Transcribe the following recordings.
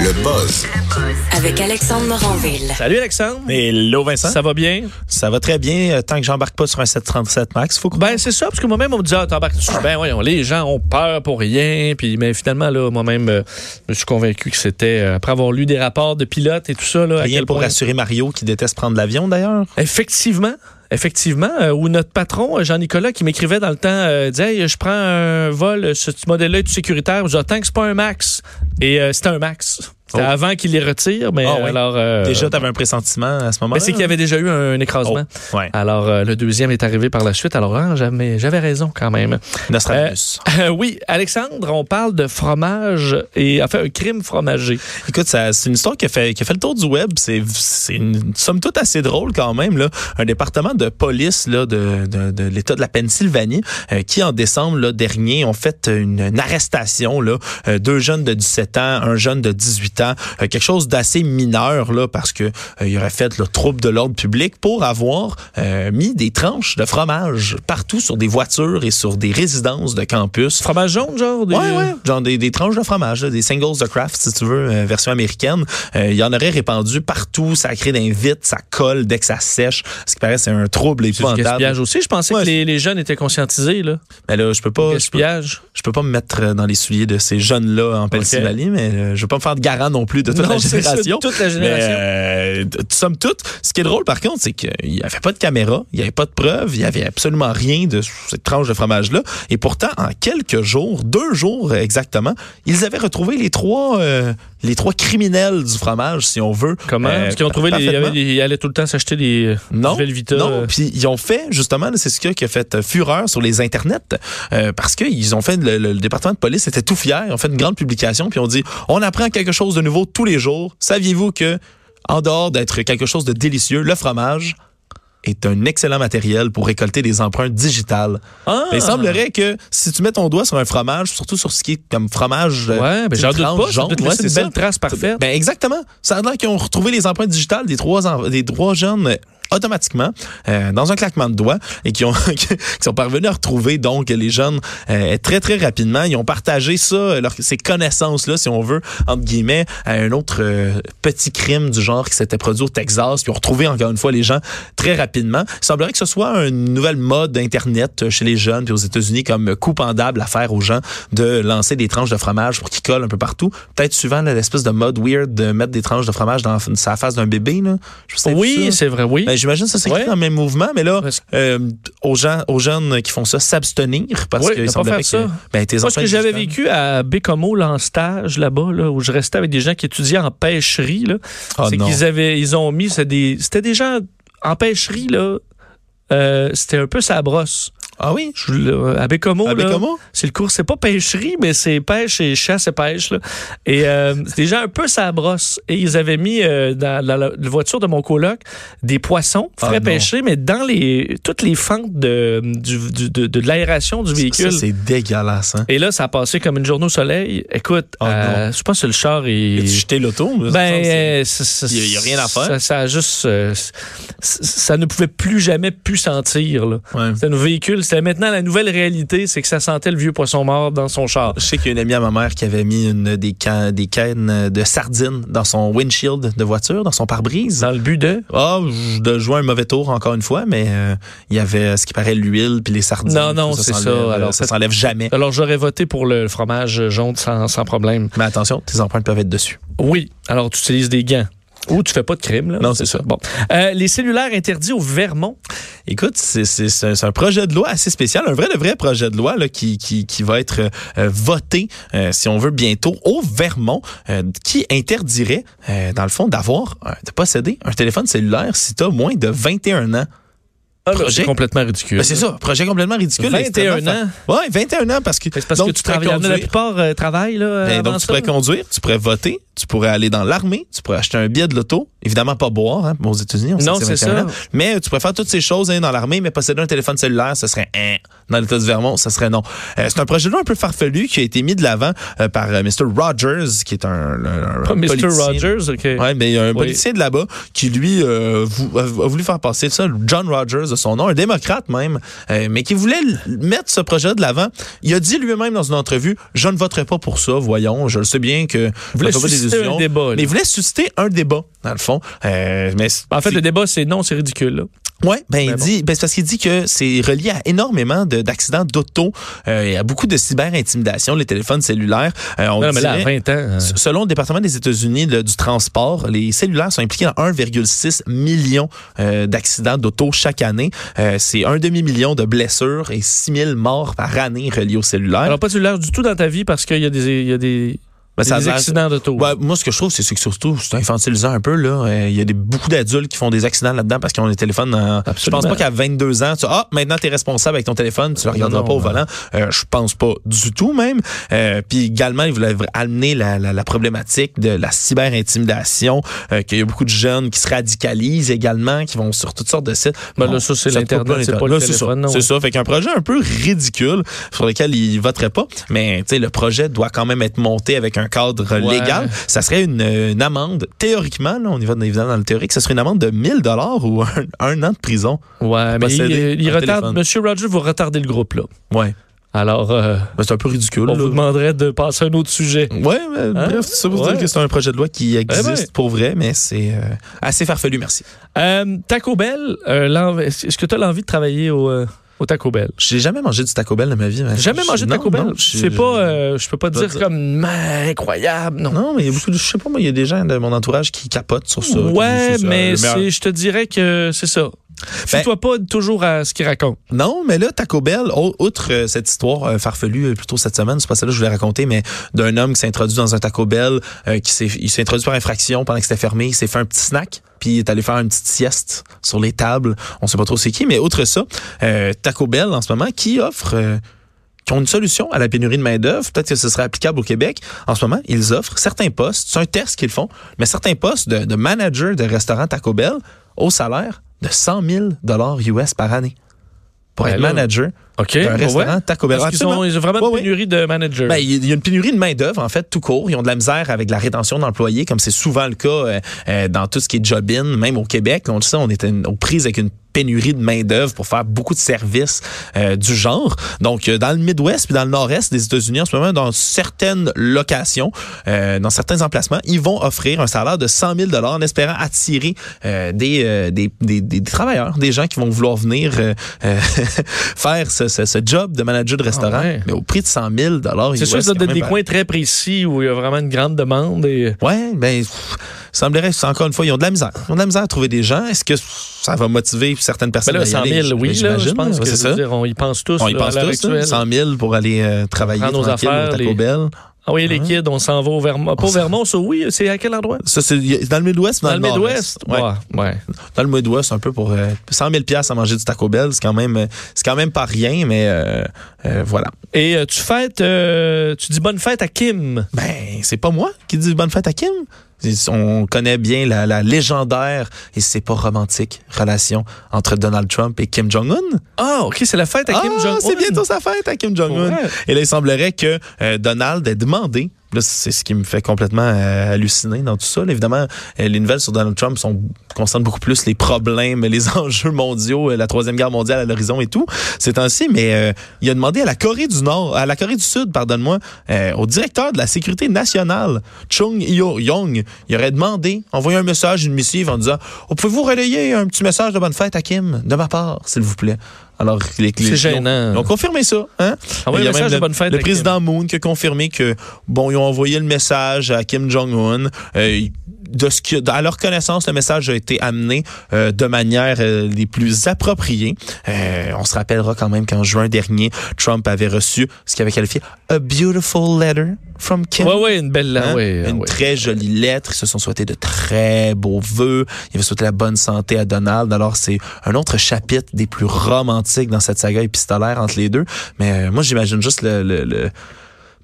Le buzz Avec Alexandre Moranville. Salut Alexandre. Hello Vincent, Ça va bien? ça va très bien euh, tant que j'embarque pas sur un 737 Max. Faut que... Ben, c'est ça, parce que moi-même, on me dit, ah, t'embarques dessus. Ben, voyons, les gens ont peur pour rien. Puis, mais finalement, là, moi-même, euh, je me suis convaincu que c'était, euh, après avoir lu des rapports de pilotes et tout ça, là, à Rien quel pour point- rassurer Mario qui déteste prendre l'avion d'ailleurs. Effectivement. Effectivement, euh, où notre patron, euh, Jean-Nicolas, qui m'écrivait dans le temps, euh, disait Hey, Je prends un vol, euh, ce petit modèle-là est modèle-là est Ah, tant que c'est pas un max. Et euh, c'était un max. C'était Oh. avant qu'il les retire, mais Ah ouais. alors. euh, Déjà, t'avais un pressentiment à ce moment-là. ben, c'est qu'il y avait déjà eu un, un écrasement. Oh, ouais. Alors, euh, le deuxième est arrivé par la suite. Alors, hein, j'avais j'avais raison quand même. Nostradamus. Euh, oui, Alexandre, on parle de fromage et enfin un crime fromager. Écoute, ça- c'est une histoire qui a fait, qui a fait le tour du web. C'est c'est une somme toute assez drôle quand même. Là. Un département de police là, de, de- de l'État de la Pennsylvanie euh, qui, en décembre là, dernier, ont fait une, une arrestation. Là, Euh, deux jeunes de 17 ans, un jeune de 18 ans. Euh, quelque chose d'assez mineur là, parce que euh, il aurait fait le trouble de l'ordre public pour avoir euh, mis des tranches de fromage partout sur des voitures et sur des résidences de campus. Fromage jaune, genre? des- Ouais, ouais. Genre des, des tranches de fromage, là, des singles de craft, si tu veux, euh, version américaine. Euh, Il y en aurait répandu partout. Ça crée d'un vite, ça colle dès que ça sèche. Ce qui paraît, c'est un trouble C'est du gaspillage épouvantable. aussi. Je pensais Ouais, que les, les jeunes étaient conscientisés, là. Mais là, je peux pas, je peux, gaspillage. je peux pas me mettre euh, dans les souliers de ces jeunes-là en Pennsylvanie, mais euh, je veux pas me faire de garant non plus de toute la Non, c'est ça, génération. toute la Mais, génération. euh, t- somme toute, ce qui est drôle par contre, c'est qu'il n'y avait pas de caméra, il n'y avait pas de preuves, il n'y avait absolument rien de cette tranche de fromage-là. Et pourtant, en quelques jours, deux jours euh, exactement, ils avaient retrouvé les trois, euh, les trois criminels du fromage, si on veut. Comment? Euh, Parce qu'ils ont trouvé, les, il y avait parfaitement. des- ils allaient tout le temps s'acheter des, Non, du Velvita. non. euh, Puis ils ont fait justement, là, c'est ce qui a- qui a fait euh, fureur sur les internets euh, parce qu'ils ont fait le, le- le département de police était tout fier, ils ont fait une grande publication puis on dit on apprend quelque chose de nouveau tous les jours. Saviez-vous que en dehors d'être quelque chose de délicieux, le fromage est un excellent matériel pour récolter des empreintes digitales. Ah! Mais Il semblerait que si tu mets ton doigt sur un fromage, surtout sur ce qui est comme fromage, euh, Ouais, ben tu sais, j'en doute tranche pas. Ça jaune, doit te ouais, laisser c'est une ça. belle trace parfaite. Ben exactement. Ça a l'air qu'ils ont retrouvé les empreintes digitales des trois, en- des trois jeunes euh, automatiquement euh, dans un claquement de doigts et qui ont qui sont parvenus à retrouver donc les jeunes euh, très très rapidement ils ont partagé ça euh, leur- ces connaissances là si on veut entre guillemets à un autre euh, petit crime du genre qui s'était produit au Texas puis ont retrouvé encore une fois les gens très rapidement il semblerait que ce soit une nouvelle mode d'internet euh, chez les jeunes puis aux États-Unis comme coup pendable à faire aux gens de lancer des tranches de fromage pour qu'ils collent un peu partout peut-être suivant là, l'espèce de mode weird de mettre des tranches de fromage dans la face d'un bébé là Je sais pas si oui, ça- c'est vrai, oui. ben, J'imagine que ça s'écrit Ouais. dans le même mouvement, mais là, Parce- euh, aux, gens, aux jeunes qui font ça, s'abstenir parce Oui, qu'ils ne pas semblerait faire que ça. ben, tes Moi, ce que empreintes j'avais digitales- vécu à Bécomo, là, en stage, là-bas, là, où je restais avec des gens qui étudiaient en pêcherie, là, Oh c'est non. qu'ils avaient, ils ont mis, c'était des, c'était des gens en pêcherie, là, euh, c'était un peu sa brosse. Ah oui? Je- là, à Bécomo, Ah, mais Oh, là, comment? c'est le cours, c'est pas pêcherie, mais c'est pêche et chasse et pêche. Là. Et euh, c'est des gens un peu sa brosse. Et ils avaient mis euh, dans la, la- la voiture de mon coloc des poissons Ah, frais non. pêchés, mais dans les toutes les fentes de, du- du- de, de l'aération du véhicule. Ça, c'est dégueulasse. Hein? Et là, ça a passé comme une journée au soleil. Écoute, Oh euh, je pense que le char est. tu jeté l'auto? là, ça, Ben, c'est- euh, ça- ça- il y a- il y a rien à faire. Ça, ça a juste, euh, c- ça ne pouvait plus jamais plus sentir. Là. Ouais. C'était nos véhicules. C'était maintenant la nouvelle réalité, c'est que ça sentait le vieux poisson mort dans son char. Je sais qu'il y a une amie à ma mère qui avait mis une, des, can- des cannes de sardines dans son windshield de voiture, dans son pare-brise. Dans le but de. Ah, je- de jouer un mauvais tour encore une fois, mais euh, il y avait euh, ce qui paraît l'huile puis les sardines. Non, non, c'est ça. s'enlève, euh, Alors, ça peut-être- s'enlève jamais. Alors j'aurais voté pour le fromage jaune sans, sans problème. Mais attention, tes empreintes peuvent être dessus. Oui. Alors tu utilises des gants. Ou tu fais pas de crime. Là. Non, c'est ça. Bon. Euh, les cellulaires interdits au Vermont. Écoute, c'est- c'est c'est un- c'est un projet de loi assez spécial, un vrai de vrai projet de loi là, qui, qui, qui va être euh, voté, euh, si on veut, bientôt au Vermont, euh, qui interdirait, euh, dans le fond, d'avoir, euh, de posséder un téléphone cellulaire si tu as moins de 21 ans. Ah, là, Projet. C'est complètement ridicule. Ben, c'est ça, projet complètement ridicule. 21 extrêmement ans. fa- Ouais, 21 ans parce que, C'est parce que donc, tu, pourrais travailles. il y en a La conduire. plupart euh, travaillent là. Ben, avant donc, tu ça. pourrais conduire, tu pourrais voter, tu pourrais aller dans l'armée, tu pourrais acheter un billet de l'auto, évidemment pas boire, hein, aux États-Unis, on sait Non, que c'est 21 ça. ans. Mais euh, tu pourrais faire toutes ces choses hein, dans l'armée, mais posséder un téléphone cellulaire, ce serait hein. Dans l'État du Vermont, ce serait non. Euh, c'est un projet de loi un peu farfelu qui a été mis de l'avant euh, par euh, Mr. Rogers, qui est un, un- un Pas Mr. politicien. Rogers, OK. Ouais, mais il y a un Oui. politicien de là-bas qui, lui, euh, vou- a a voulu faire passer ça, John Rogers, de son nom, un démocrate même, euh, mais qui voulait l- mettre ce projet de l'avant. Il a dit lui-même dans une entrevue, je ne voterai pas pour ça, voyons, je le sais bien que... voulait je ne fais pas des susciter confusion. un débat. là. Mais il voulait susciter un débat, dans le fond. Euh, mais c'est- En fait, le débat, c'est non, c'est ridicule. là. Ouais, ben il Mais bon. dit, ben, c'est parce qu'il dit que c'est relié à énormément de- d'accidents d'auto, euh, et à beaucoup de cyber-intimidation, les téléphones cellulaires. Euh, on Non, non, mais là, à dirait- 20 ans. euh, S- Selon le département des États-Unis le- du transport, les cellulaires sont impliqués dans 1,6 million euh, d'accidents d'auto chaque année. Euh, c'est un demi-million de blessures et 6 000 morts par année reliées aux cellulaires. Alors, pas de cellulaire du tout dans ta vie parce qu'il y a des, il y a des, Ben, ça des a l'air- accidents d'auto. Ouais, moi, ce que je trouve, c'est c'est que surtout, c'est infantilisant un peu. là. Euh, Il y a des, beaucoup d'adultes qui font des accidents là-dedans parce qu'ils ont des téléphones. en- je Absolument. pense pas qu'à 22 ans, tu ah, maintenant, tu es responsable avec ton téléphone, tu le regarderas Non, pas au non, volant. Euh, je pense pas du tout, même. Euh, Puis également, ils voulaient amener la, la- la problématique de la cyber-intimidation, euh, qu'il y a beaucoup de jeunes qui se radicalisent également, qui vont sur toutes sortes de sites. Ben là, Bon, ça, c'est ça te l'Internet, propose c'est pas l'Internet. le Là, c'est ça. téléphone, non, C'est ouais. ça. Fait qu'un projet un peu ridicule sur lequel ils voteraient pas, mais tu sais, le projet doit quand même être monté avec un cadre Ouais. légal. Ça serait une, euh, une amende, théoriquement, là, on y va évidemment dans le théorique, ce serait une amende de 1000 dollars ou un, un an de prison. Ouais, mais il, posséder il un retarde. téléphone. Monsieur Roger, vous retardez le groupe, là. Ouais. Alors, euh, Ben, c'est un peu ridicule. on là. vous demanderait de passer à un autre sujet. Ouais, mais bref, c'est ça pour Ouais. dire que c'est un projet de loi qui existe ben. pour vrai, mais c'est euh, assez farfelu, merci. Euh, Taco Bell, euh, l'env- est-ce que tu as l'envie de travailler au, euh, au Taco Bell? J'ai jamais mangé du Taco Bell de ma vie. mais- Jamais je- mangé de non, Taco Bell. non, je- C'est pas, euh, je peux pas je dire dois dire. comme Mais, incroyable, non. Non, mais il y a beaucoup de. Je sais pas, moi, il y a des gens de mon entourage qui capotent sur ça. ouais, qui disent, ça, Ben mais le meilleur. c'est- je te dirais que c'est ça. Fais-toi pas toujours à ce qu'ils racontent. Non, mais là, Taco Bell, au- outre euh, cette histoire euh, farfelue euh, plutôt cette semaine, c'est pas celle-là que je voulais raconter, mais d'un homme qui s'est introduit dans un Taco Bell, euh, qui s'est, il s'est introduit par infraction pendant que c'était fermé, il s'est fait un petit snack, puis il est allé faire une petite sieste sur les tables. On sait pas trop c'est qui, mais outre ça, euh, Taco Bell en ce moment qui offre euh, qui ont une solution à la pénurie de main-d'œuvre, peut-être que ce serait applicable au Québec. En ce moment, ils offrent certains postes, c'est un test qu'ils font, mais certains postes de, de manager de restaurant Taco Bell au salaire de 100 000 US par année pour Ben être là, manager OK. d'un restaurant Taco Bell. Parce qu'ils ont, Ben, Absolument. ils ont vraiment Ouais, une ouais. pénurie de managers. Ben, il y a une pénurie de main-d'œuvre, en fait, tout court. Ils ont de la misère avec la rétention d'employés, comme c'est souvent le cas euh, euh, dans tout ce qui est job-in, même au Québec. On le sait, on est une- aux prises avec une pénurie de main-d'œuvre pour faire beaucoup de services euh, du genre. Donc, euh, dans le Midwest puis dans le Nord-Est des États-Unis, en ce moment, dans certaines locations, euh, dans certains emplacements, ils vont offrir un salaire de 100 000 en espérant attirer euh, des, euh, des, des, des- des travailleurs, des gens qui vont vouloir venir euh, euh, faire ce, ce- ce job de manager de restaurant, ouais. mais au prix de 100 000 c'est sûr que ça donne des coins très précis où il y a vraiment une grande demande. Et... Ouais, ben, pff, semblerait, c'est encore une fois, ils ont de la misère. Ils ont de la misère à trouver des gens. Est-ce que ça va motiver certaines Ben personnes là, à y 100 aller? 000, oui, là, J'imagine, je pense que ouais, c'est je veux ça. dire, on y pense tous. On y là, pense à l'heure tous, hein, là, actuelle. 100 000 pour aller euh, travailler Prendre nos tranquille affaires, au Taco les- Bell. Ah oui, hein. les kids, on s'en va au Vermont. Pas au Vermont, ça, oui, c'est à quel endroit? Ça, c'est y a- dans le Midwest, ou Dans, dans, le Nord-Est? Midwest? Ouais. Ouais, ouais. Dans le Midwest, un peu pour euh, 100 000 piastres à manger du Taco Bell, c'est quand même, euh, c'est quand même pas rien, mais euh, euh, voilà. Et euh, tu fêtes, euh, tu dis bonne fête à Kim. Ben, c'est pas moi qui dis bonne fête à Kim. On connaît bien la, la légendaire et c'est pas romantique relation entre Donald Trump et Kim Jong-un. Ah, OK, c'est la fête à Kim Ah, Jong-un. C'est bientôt sa fête à Kim Jong-un. Ouais. Et là, il semblerait que euh, Donald ait demandé. Là, c'est ce qui me fait complètement euh, halluciner dans tout ça. Là, évidemment, euh, les nouvelles sur Donald Trump sont, concernent beaucoup plus les problèmes, les enjeux mondiaux, euh, la troisième guerre mondiale à l'horizon et tout. C'est ainsi, mais euh, il a demandé à la Corée du Nord, à la Corée du Sud, pardonne-moi, euh, au directeur de la sécurité nationale, Chung Yo-Yong, il aurait demandé, envoyé un message, une missive en disant oh, « Pouvez-vous relayer un petit message de bonne fête à Kim, de ma part, s'il vous plaît? » Alors, les, les- C'est ils ont- gênant. ils ont confirmé ça. Hein? Envoyez Il y un a message même de le, bonne fête le à président Moon qui a confirmé que, bon, ils ont envoyé le message à Kim Jong-un. Euh, de ce que, à leur connaissance, le message a été amené euh, de manière euh, les plus appropriées. Euh, on se rappellera quand même qu'en juin dernier, Trump avait reçu ce qu'il avait qualifié A beautiful letter from Kim. Ouais, ouais, une belle. là, Hein? Ah ouais, une ouais. très jolie lettre. Ils se sont souhaités de très beaux vœux. Ils avaient souhaité la bonne santé à Donald. Alors, c'est un autre chapitre des plus romantiques dans cette saga épistolaire entre les deux. Mais euh, moi, j'imagine juste le... le- le-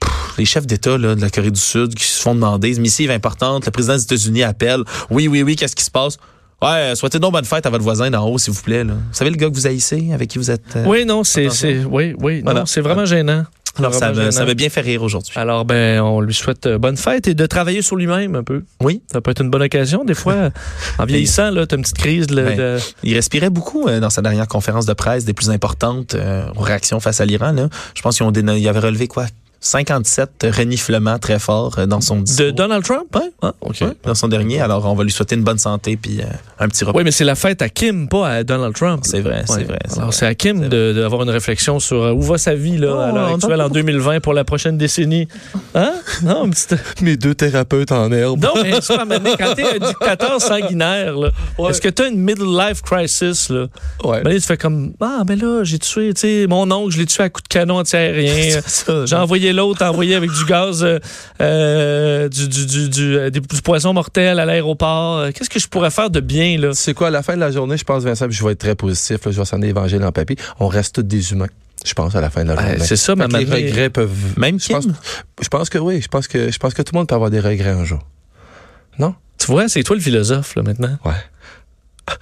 Pff, les chefs d'État là, de la Corée du Sud qui se font demander, une missive importante, le président des États-Unis appelle, oui, oui, oui, qu'est-ce qui se passe? Ouais, euh, souhaitez donc bonne fête à votre voisin d'en haut, s'il vous plaît. là. Vous savez le gars que vous haïssez, avec qui vous êtes... euh, Oui, non, c'est, Attention. c'est, oui, oui, Voilà. non, c'est vraiment gênant. Alors, ça Vraiment me, ça gênant. me bien fait rire aujourd'hui. Alors, ben, on lui souhaite euh, bonne fête et de travailler sur lui-même un peu. Oui. Ça peut être une bonne occasion. Des fois, en vieillissant, là, t'as une petite crise de- Ben, de- Il respirait beaucoup euh, dans sa dernière conférence de presse des plus importantes euh, aux réactions face à l'Iran. là. Je pense qu'ils ont déno- ils avaient relevé quoi 57 reniflements très forts euh, dans son discours. De Donald Trump? hein? Ouais, ouais, OK. ouais, dans son dernier. Alors, on va lui souhaiter une bonne santé puis euh, un petit repas. Oui, mais c'est la fête à Kim, pas à Donald Trump. C'est vrai, c'est Ouais. vrai. c'est Alors, vrai. c'est à Kim de- d'avoir une réflexion sur euh, où va sa vie là, Oh, à l'heure on actuelle donne en 2020 pour la prochaine décennie. Hein? Non, mais c'est- Mes deux thérapeutes en herbe. non, mais c'est pas amené. Quand t'es un dictateur sanguinaire, là, est-ce que t'as une middle life crisis? Là? Ouais. Ben là, tu fais comme Ah, ben là, j'ai tué tu sais, mon oncle, je l'ai tué à coup de canon anti-aérien. Ça, J'ai envoyé l'autre, envoyé avec du gaz, euh, euh, du, du, du, du, euh, des- du poison mortel à l'aéroport. Euh, Qu'est-ce que je pourrais faire de bien, là? C'est quoi, à la fin de la journée, je pense, Vincent, puis je vais être très positif, là, je vais sonner l'évangile en papier. On reste tous des humains, je pense, à la fin de la Ouais, journée. Ben, c'est ça, Fait ma que Les manière- regrets peuvent. Même Je pense, Kim? je pense que oui. Je pense que, je pense que tout le monde peut avoir des regrets un jour. Tu vois, c'est toi le philosophe, là, maintenant. Ouais.